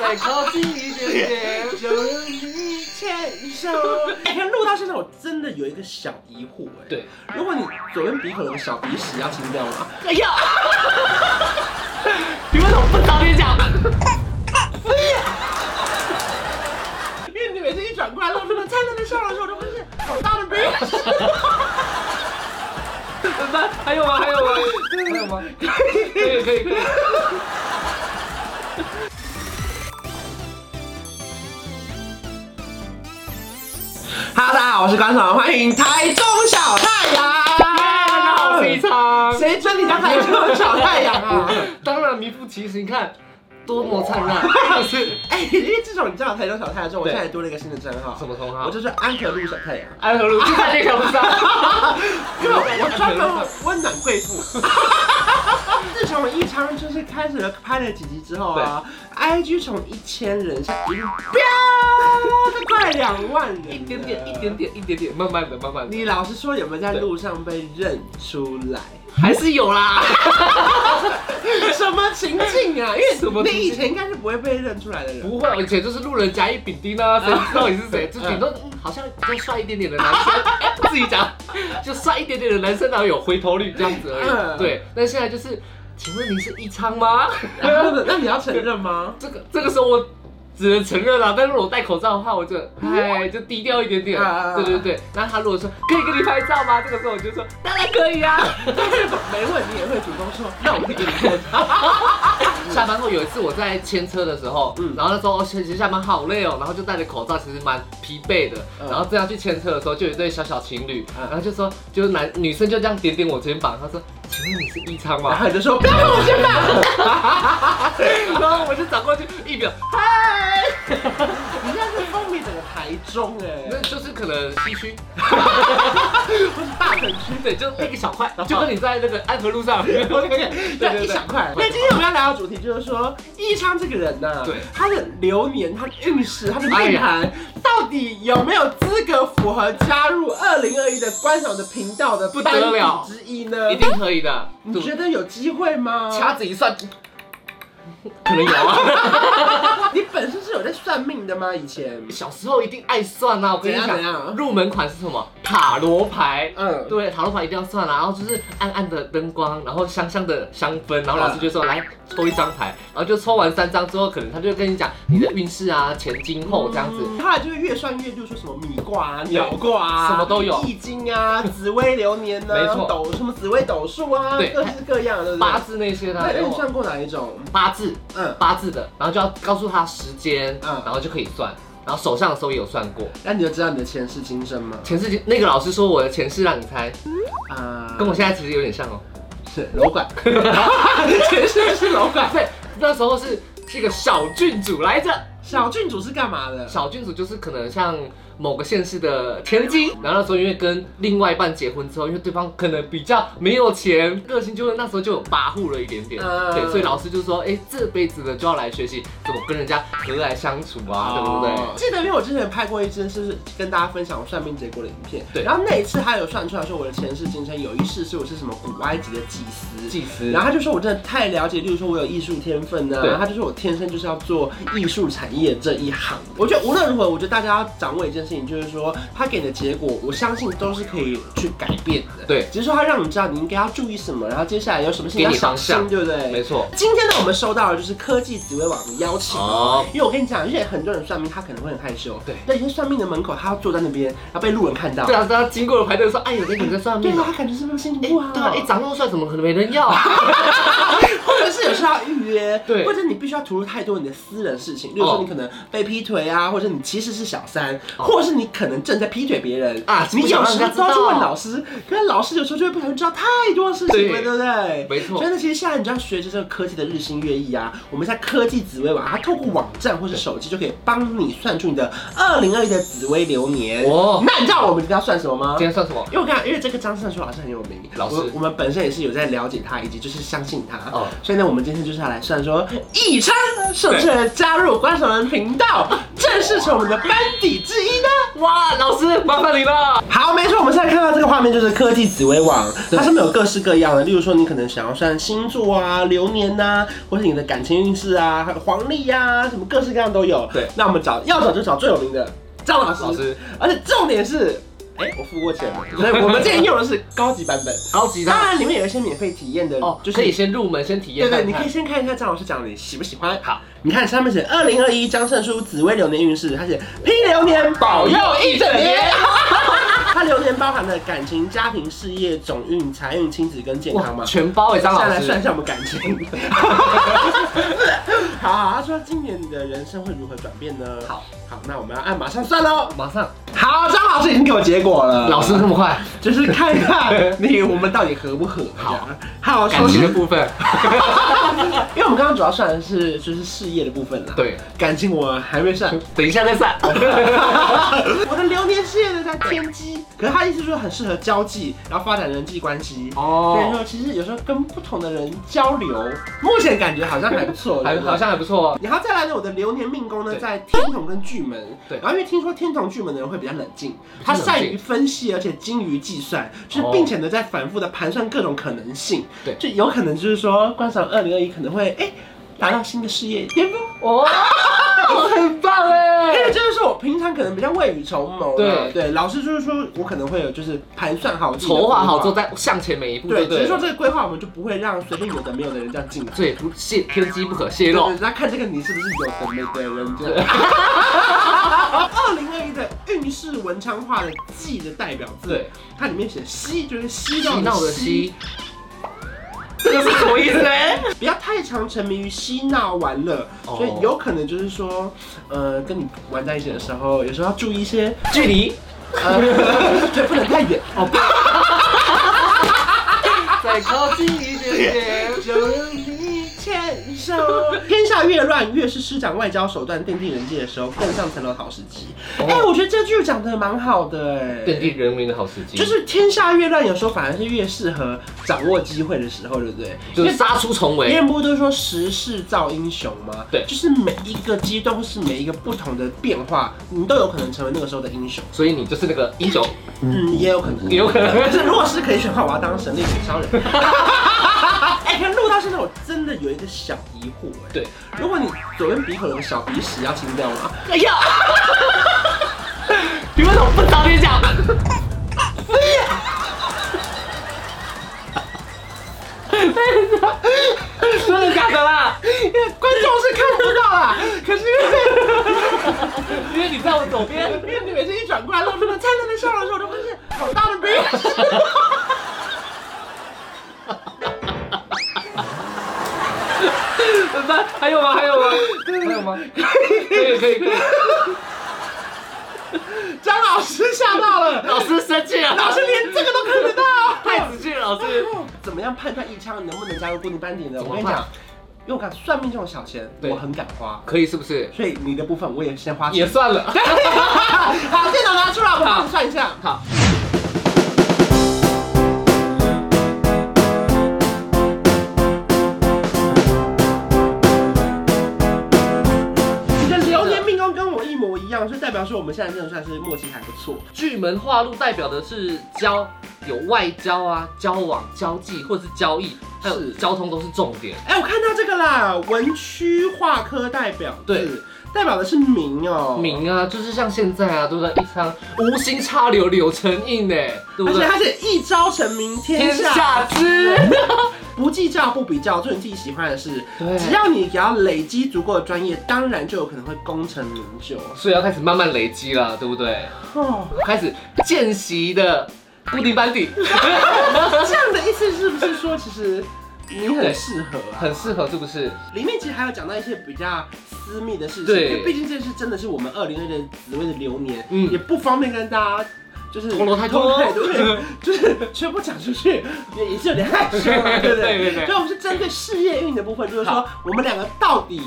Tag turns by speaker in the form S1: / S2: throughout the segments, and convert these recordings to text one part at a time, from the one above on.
S1: 再靠近一点点，就有你牵手。
S2: 哎，看录到现在，我真的有一个小疑惑哎。
S1: 对，
S2: 如果你左边鼻孔有个小鼻屎，要清掉吗？
S3: 哎 呀，你为什么不早点讲？
S2: 因为你每次一转过来露出那灿烂的笑容的时候，我都不是好大的鼻屎。
S1: 怎么办？还有吗？还有吗？还有吗？可以可以可以。
S2: Hello，大家好，我是关爽，欢迎台中小太阳。
S1: 大家好，我是一昌。
S2: 谁准你当台中小太阳 啊？
S1: 当然名副其实，你看多么灿 烂，是
S2: 哎，因为自从你叫我台中小太阳之后，我
S1: 对
S2: 现在多了一个新的称号，
S1: 什么称号
S2: 我就是安和路小太阳。
S1: 安和路哎就在这条路上。
S2: 因为我专门温暖贵 妇。自从宜昌就是开始了拍了几集之后啊，IG 从一千人现在一路飙，都快两万人，啊
S1: 一点点，一点。点，一点点，慢慢的，慢慢的，
S2: 你老实说，有没有在路上被认出来？
S1: 还是有 啦。
S2: 什么情境啊？因为
S1: 什么情境
S2: 你以前应该是不会被认出来的人。
S1: 不会，我以前就是路人甲乙丙丁啊，谁知道你是谁？就顶多嗯好像比较帅一点点的男生，哎自己讲，就帅一点点的男生，然后有回头率这样子而
S2: 嗯
S1: 已。对，那现在就是，请问您是一昌吗？
S2: 然后呢？啊那你要承认 吗？
S1: 这个这个时候我只能承认啦，但如果我戴口罩的话，我就哎就低调一点点
S2: 啊啊。啊
S1: 对对对，那他如果说可以跟你拍照吗？这个时候我就说当然可以啊。
S2: 没问你也会主动说， 那我可以给你拍照。
S1: 下班后有一次我在牵车的时候，
S2: 嗯
S1: 然后那时候哦其实下班好累哦，然后就戴着口罩，其实蛮疲惫的。
S2: 嗯
S1: 然后这样去牵车的时候，就有一对小小情侣，
S2: 嗯
S1: 然后就说，就是男女生就这样点点我肩膀，他说：“请问你是一昌
S2: 然
S1: 吗
S2: 后你就说不要碰我肩膀。？”
S1: 然后我就转过去一秒，嗨，
S2: 你现在是风靡整个台中哎、
S1: 那就是可能西区，
S2: 不是大城区。
S1: 对，就那个小 块，就跟你在那个安和路上，对对
S2: 对
S1: 对
S2: 一小块。
S1: 对
S2: 那今天我们要聊的主题就是说，易昌这个人呐、
S1: 对哎
S2: 他的流年、他的运势、他的命盘，到底有没有资格符合加入二零二一的观赏的频道的
S1: 不得了
S2: 班底之一呢
S1: 一？定可以的。
S2: 嗯你觉得有机会吗？
S1: 掐指一算，可能有 啊。
S2: 你本身是有在算命的吗？以前？
S1: 小时候一定爱算啊，我跟你
S2: 怎样怎
S1: 讲，
S2: 样
S1: 入门款是什么？塔罗牌。
S2: 嗯，
S1: 对，塔罗牌一定要算啊啦、然后就是暗暗的灯光，然后香香的香氛，然后老师就
S2: 嗯
S1: 说来抽一张牌，然后就抽完三张之后，可能他就会跟你讲你的运势啊、前今后这样子。
S2: 嗯他就是越算越，就是说什么米卦啊、鸟卦啊，
S1: 什么都有
S2: 易经啊、 紫微流年啊，
S1: 没错
S2: 斗什么紫微斗数啊，
S1: 对
S2: 各式各样的，对不
S1: 八
S2: 对？
S1: 字那些他
S2: 那那你算过哪一种？
S1: 八字
S2: 嗯，
S1: 八字的，然后就要告诉他时间，
S2: 嗯
S1: 然后就可以算。然后手上的时候也有算过，
S2: 那你就知道你的前世今生吗？
S1: 前世那个老师说我的前世让你猜，
S2: 啊，
S1: 跟我现在其实有点像哦。
S2: 是楼 管，前世是楼管。
S1: 对，那时候是是一个小郡主来着，
S2: 小郡主是干嘛的？
S1: 小郡主就是可能像某个县市的千金，然后那时候因为跟另外一半结婚之后，因为对方可能比较没有钱，个性就会那时候就有跋扈了一点点，
S2: 嗯
S1: 对，所以老师就说，哎，这辈子呢就要来学习怎么跟人家和蔼相处啊，对不对？
S2: 哦记得因为我之前拍过一支是跟大家分享我算命结果的影片，
S1: 对
S2: 然后那一次他有算出来说我的前世今生有一世是我是什么古埃及的祭司，
S1: 祭司，
S2: 然后他就说我真的太了解，例如说我有艺术天分呐、
S1: 对
S2: 然后他就说我天生就是要做艺术产业这一行。我觉得无论如何，我觉得大家要掌握一件事情，就是说他给你的结果，我相信都是可以去改变的。
S1: 对
S2: 只是说他让你知道你应该要注意什么，然后接下来有什么事情
S1: 给
S2: 要
S1: 你
S2: 小
S1: 方向
S2: 心，对不对？
S1: 没错，
S2: 今天呢，我们收到的就是科技紫薇网的邀请。
S1: 哦，
S2: 因为我跟你讲，因为很多人算命，他可能会很害羞。
S1: 对
S2: 那有些算命的门口，他要坐在那边，然后被路人看到。
S1: 对啊，大家经过了排队说，哎，有个女在算
S2: 对
S1: 命啊，
S2: 啊，他感觉是不是心
S1: 哎
S2: 情不好？
S1: 对啊，哎，长那么帅，怎么可能没人要啊？
S2: 或者是有时候要预约，
S1: 对
S2: 或者你必须要吐露太多你的私人事情，例如说
S1: 哦
S2: 你可能被劈腿啊，或者你其实是小三，
S1: 哦
S2: 或者是你可能正在劈腿别人
S1: 啊
S2: 你
S1: 不想让
S2: 有
S1: 人
S2: 时
S1: 家
S2: 候
S1: 知道
S2: 都要去问老师，可是老师有时候就会不小心知道太多事情了，
S1: 对
S2: 对不对？
S1: 没错
S2: 所以呢，其实现在你就要学着这个科技的日新月异啊，我们在科技紫微网，它透过网站或是手机就可以帮你算出你的二零二一的紫微流年。
S1: 哦，
S2: 那你知道我们今天要算什么吗
S1: 今？天算什么？
S2: 因为我看，因为这个张胜书老师很有名，
S1: 老师
S2: 我我们本身也是有在了解他，以及就是相信他，
S1: 哦
S2: 哦，所以呢，我们今天就是要来算说，义昌是不是加入观赏人频道正是从我们的班底之一呢。
S1: 哇，老师麻烦你了。
S2: 好，没错，我们现在看到这个画面就是科技紫微网， 它上面有各式各样的，例如说你可能想要算星座啊、流年呐、或是你的感情运势啊、还有黄历呀、什么各式各样都有。
S1: 对
S2: 那我们找要找就找最有名的张老师，
S1: 老师，
S2: 而且重点是，哎、我付过钱了，所以我们这里用的是高级版本。
S1: 高级
S2: 当
S1: 的
S2: 然，里面有一些免费体验的
S1: 哦，
S2: 就
S1: 就是可以先入门，先体验
S2: 对
S1: 看
S2: 对，
S1: 看。
S2: 你可以先看一下张老师讲的，你喜不喜欢？
S1: 好，
S2: 你看上面写二零二一张胜书紫薇流年运势，他写拼流年保佑一整年。他流年包含了感情、家庭、事业、总运、财运、亲子跟健康
S1: 哇，
S2: 吗？
S1: 全包哎，张
S2: 下
S1: 老
S2: 来算一
S1: 师。
S2: 下我们感情。 好好，他说今年你的人生会如何转变呢？
S1: 好，
S2: 好，那我们要按马上算喽。
S1: 马上，
S2: 好，张老师已经给我结果了。
S1: 老师这么快，
S2: 就是看看你我们到底合不合。
S1: 好，
S2: 好，首
S1: 感情的
S2: 先
S1: 部分，
S2: 因为我们刚刚主要算的是就是事业的部分啦，，
S1: 对，
S2: 感情我还没 算。
S1: 等一下再散。
S2: 我的流年事业呢在天机，可是他意思说很适合交际，然后发展人际关系。所以
S1: 哦，
S2: 说，其实有时候跟不同的人交流，目前感觉好像还不错，
S1: 还
S2: 对不对
S1: 好。像还不错哦。
S2: 然后再来呢，我的流年命宫呢
S1: 对
S2: 在天同跟巨门，
S1: 对
S2: 然后因为听说天同巨门的人会比较冷静，
S1: 比较
S2: 他
S1: 冷静
S2: 善于分析，而且精于计算，就是
S1: 哦
S2: 并且呢在反复的盘算各种可能性，
S1: 对
S2: 就有可能就是说观赏二零二一可能会哎。达到新的事业巅峰，
S1: 哦，很棒
S2: 因为
S1: 哎。
S2: 就是说我平常可能比较未雨绸缪啦，
S1: 对
S2: 对，老师就是说我可能会有就是盘算好自己的
S1: 筹划好之后
S2: 规
S1: 再向前每一步，
S2: 对，
S1: 对
S2: 只是
S1: 对
S2: 说
S1: 了。
S2: 这个规划我们就不会让随便有的没有的人这样进来。
S1: 对，不泄天机不可泄露
S2: 对，。那看这个你是不是有的没的人这样。二零二一的运势文昌化的“季”的代表字，
S1: 对，
S2: 它里面写“嬉”，就是嬉
S1: 嬉
S2: 闹
S1: 闹
S2: 的
S1: 的
S2: “嬉
S1: 嬉，这个是什么意思呢？”，
S2: 不要太常沉迷于嬉闹玩乐，
S1: 哦
S2: 所以有可能就是说，呃，跟你玩在一起的时候，有时候要注意一些，
S1: 距离
S2: 呃，对，不能太远。
S1: 哦，不再靠近一点点。
S2: 有你牵手。天下越乱，越是施展外交手段奠定人际的时候，更上层楼好时机。哎、
S1: 哦
S2: 我觉得这句讲的蛮好的、哎，
S1: 奠定人民的好时机，
S2: 就是天下越乱，有时候反而是越适合掌握机会的时候，对不对？因
S1: 就
S2: 为
S1: 是杀出重
S2: 别
S1: 围。
S2: 人不都说时势造英雄吗？
S1: 对
S2: 就是每一个激动，或是每一个不同的变化，你都有可能成为那个时候的英雄。
S1: 所以你就是那个英雄，
S2: 嗯，也有可能，
S1: 也有可能
S2: 但是如果是可以选的话，我要当神力女超人。 哎、可是录到现在，我真的有一个小疑惑、哎，
S1: 对，
S2: 如果你左边鼻孔有个小鼻屎，要清掉吗？
S1: 哎呀， 你为什么不早点讲？哎真的假的啦？
S2: 因为观众是看不到啦，可是
S1: 因为你在我左 边，
S2: 因为因为你每次一转过来露出那灿烂的笑容的时候，我就发现好大的鼻屎。
S1: 怎么办？还有吗？还有吗？还有吗？可以可以 可以，
S2: 张老师吓到了，
S1: 老师生气了，
S2: 老师连这个都看得到，
S1: 太仔细了，老师。
S2: 怎么样判断一枪能不能加入固定班底呢？
S1: 怎
S2: 我
S1: 么
S2: 跟
S1: 办
S2: 你讲，因为我看算命这种小钱，
S1: 对
S2: 我很敢花，
S1: 可以是不是？
S2: 所以你的部分我也先花
S1: 也
S2: 钱。
S1: 算了。
S2: 好，电脑拿出来，我帮你算一下。
S1: 好，
S2: 你的流年命宫跟我一模一样，所以代表说我们现在真的算是默契还不错。
S1: 巨门化禄代表的是交，有外交啊、交往、交际或是交易，还有
S2: 是
S1: 交通都是重点。
S2: 哎、我看到这个啦，文区化科代表字
S1: 对，
S2: 代表的是名哦、，
S1: 名啊，就是像现在啊，对不对？一腔无心插柳柳成荫呢，对不
S2: 而且
S1: 对？
S2: 它是一朝成名天
S1: 天
S2: 下
S1: 下知，
S2: 不计较不比较，做你自己喜欢的事。
S1: 对
S2: 只要你只要累积足够的专业，当然就有可能会功成名就。
S1: 所以要开始慢慢累积了，对不对？
S2: 哦，
S1: 开始见习的固定班 底，
S2: 这样的意思是不是说，其实你很适合啊？
S1: 很适合，是不是？
S2: 里面其实还有讲到一些比较私密的事情，
S1: 对
S2: 因为毕竟这是真的是我们二零二的紫薇的流年，
S1: 嗯
S2: 也不方便跟大家。就是
S1: 透露太多
S2: 透露太对， 就是全部讲出去也也是有点害羞啊，对不对？
S1: 对对对
S2: 所以我们是针对事业运的部分，就是说我们两个到底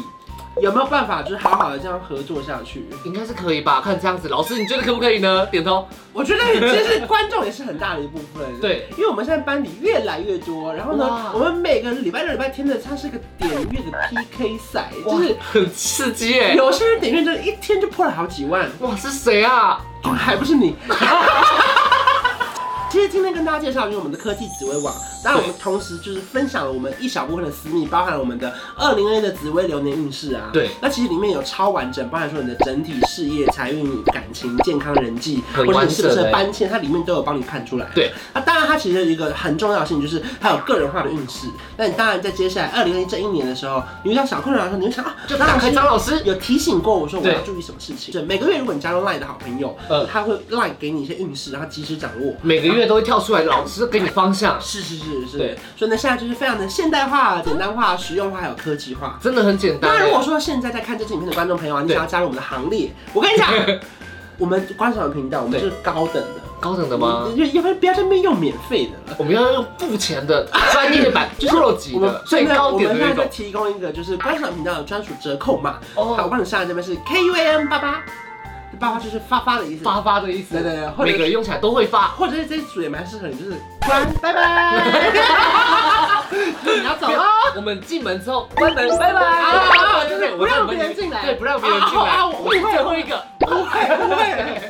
S2: 有没有办法就是好好的这样合作下去？
S1: 应该是可以吧？看这样子，老师你觉得可不可以呢？点头。
S2: 我觉得其实观众也是很大的一部分。
S1: 对，
S2: 因为我们现在班里越来越多，然后呢
S1: 哇，
S2: 我们每个礼拜六、礼拜天的，它是一个点阅的 PK 赛，就
S1: 就是是很刺激耶！
S2: 有些人点阅就是一天就破了好几万，
S1: 哇，是谁啊？
S2: 还不是你。其实今天跟大家介绍，就是我们的科技紫微网。当然，我们同时就是分享了我们一小部分的私密，包含了我们的二零二一的紫微流年运势啊。
S1: 对
S2: 那其实里面有超完整，包含说你的整体事业、财运、感情、健康、人际，
S1: 很
S2: 或者
S1: 完
S2: 你是不
S1: 整
S2: 是
S1: 欸
S2: 搬迁，它里面都有帮你看出来。
S1: 对。
S2: 那当然，它其实有一个很重要的事情，就是它有个人化的运势。那你当然在接下来二零二一这一年的时候，你遇到小困扰的时候，你会想啊，
S1: 就
S2: 那
S1: 打开张老师。
S2: 有提醒过我说我要
S1: 对
S2: 注意什么事情。对，每个月如果你加入 LINE 的好朋友，
S1: 呃
S2: 他会 LINE 给你一些运势，然后及时掌握。
S1: 每个月都会跳出来，老师给你方向，
S2: 是是是是，
S1: 对
S2: 所以呢，现在就是非常的现代化、简单化、实用化，还有科技化。
S1: 真的很简单欸
S2: 那
S1: 耶。
S2: 如果说现在在看这支影片的观众朋友啊，你
S1: 对
S2: 想要加入我们的行列，我跟 你讲，我们观赏的频道，我们是高等的，
S1: 高等的吗？
S2: 你？要不然不要在那边用免费的了。
S1: 我们要用付钱的专业版，就是弱级
S2: 我们
S1: 的最高
S2: 我
S1: 点
S2: 们
S1: 的
S2: 现在
S1: 那
S2: 在
S1: 种。
S2: 提供一个就是观赏频道的专属折扣码，好，我
S1: 哦，
S2: 帮你上来这边是 K U A N 八八，八八就是发发的意思。
S1: 发发的意思
S2: 对，对对，或者
S1: 每个人用起来都会发。
S2: 或者是这一组也蛮适合你，就是关拜拜，你要走了。
S1: 我们进门之后关门，拜拜。
S2: 啊
S1: 对对对
S2: 不让
S1: 我们
S2: 别人进来
S1: 对，不让别人进
S2: 啊啊
S1: 来。
S2: 啊我
S1: 我是最后一个。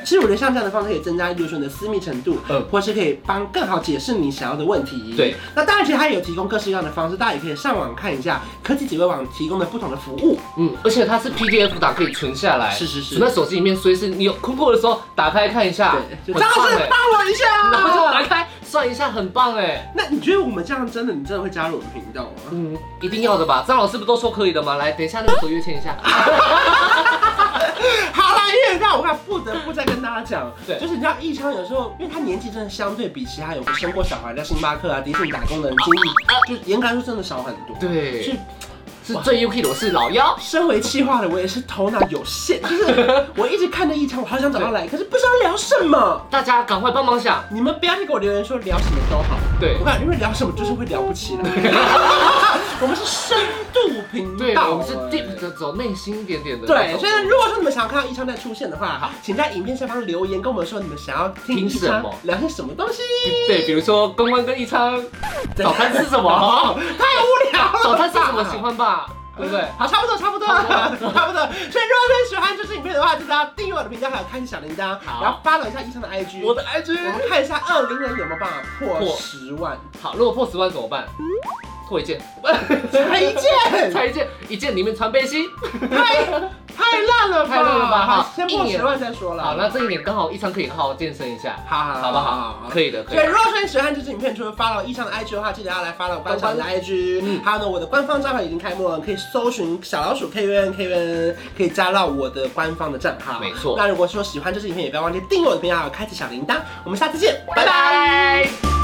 S2: 其实我觉得像这样的方式可以增加，比如说你的私密程度，
S1: 嗯
S2: 或是可以帮更好解释你想要的问题。
S1: 对，
S2: 那当然其实它也有提供各式各样的方式，大家也可以上网看一下科技紫微网提供的不同的服务。
S1: 嗯，而且它是 PDF 档，可以存下来，
S2: 是是是
S1: 存在手机里面，随时你有空过的时候打开看一下，
S2: 对，
S1: 很
S2: 张老
S1: 棒
S2: 师
S1: 哎。
S2: 帮欸我一
S1: 然后就
S2: 下。
S1: 打开算一下，很棒哎。
S2: 那你觉得我们这样真的，你真的会加入我们频道吗？
S1: 嗯，一定要的吧？张老师不都说可以的吗？来，等一下那个合约签一下。
S2: 好啦，因为让我看不得不再跟大家讲，
S1: 对
S2: 就是你知道易昌有时候，因为他年纪真的相对比其他有生过小孩在星巴克啊、迪士尼打工的人经历，就严格来说真的少很多。
S1: 对，
S2: 是
S1: 是最 UK 的，我是老妖。
S2: 身为企划的我也是头脑有限， 就是我一直看着异常，我好想找他来，可是不知道聊什么。
S1: 大家赶快帮忙想，
S2: 你们不要再给我留言说聊什么都好，
S1: 对
S2: 我看因为聊什么就是会聊 不起来。 我们是深度频
S1: 对，
S2: 道，
S1: 我们是
S2: 哎
S1: deep 的，走内心一点点的那
S2: 对，
S1: 种。
S2: 所以呢，如果说你们想要看到异昌再出现的话，请在影片下方留言跟我们说你们想要听
S1: 听
S2: 异
S1: 什
S2: 昌
S1: 么
S2: 聊些什么东西。
S1: 对，比如说公关跟一昌，
S2: 对
S1: 早餐吃什 么？
S2: 哦太无聊了，
S1: 早餐吃什么喜？欢吧？对不对？
S2: 好，差不多，差不多，差不多。所以如果说喜欢这支影片的话，记得要订阅我的频道，还有开启小铃铛，
S1: 好
S2: 然后发展一下医生的 IG。
S1: 的 IG
S2: 我们看一下二零人有没有办法破
S1: 破
S2: 十万，
S1: 好，如果破十万怎么办？脱一 件，
S2: 才一件，
S1: 穿一件，一件里面穿背心。
S2: 太太烂了吧，
S1: 太烂了吧
S2: 好
S1: 好，
S2: 先破
S1: 一年
S2: 十万再说了。
S1: 好，那这一年刚好一昌可以好好健身一下，
S2: 好好
S1: 好不好？可
S2: 以。
S1: 以的，可以
S2: 对，
S1: 的。
S2: 如果说你喜欢这支影片，除了 follow 医生的 IG 的话，记得要来 follow 观赏的
S1: 嗯
S2: IG，还有呢，我的官方账号已经开幕了，可以搜寻小老鼠 K U N K U N，可以加到我的官方的账号。
S1: 没错
S2: 那如果说喜欢这支影片，也不要忘记订阅我的频道，还有开启小铃铛。我们下次见，拜拜。
S1: 拜。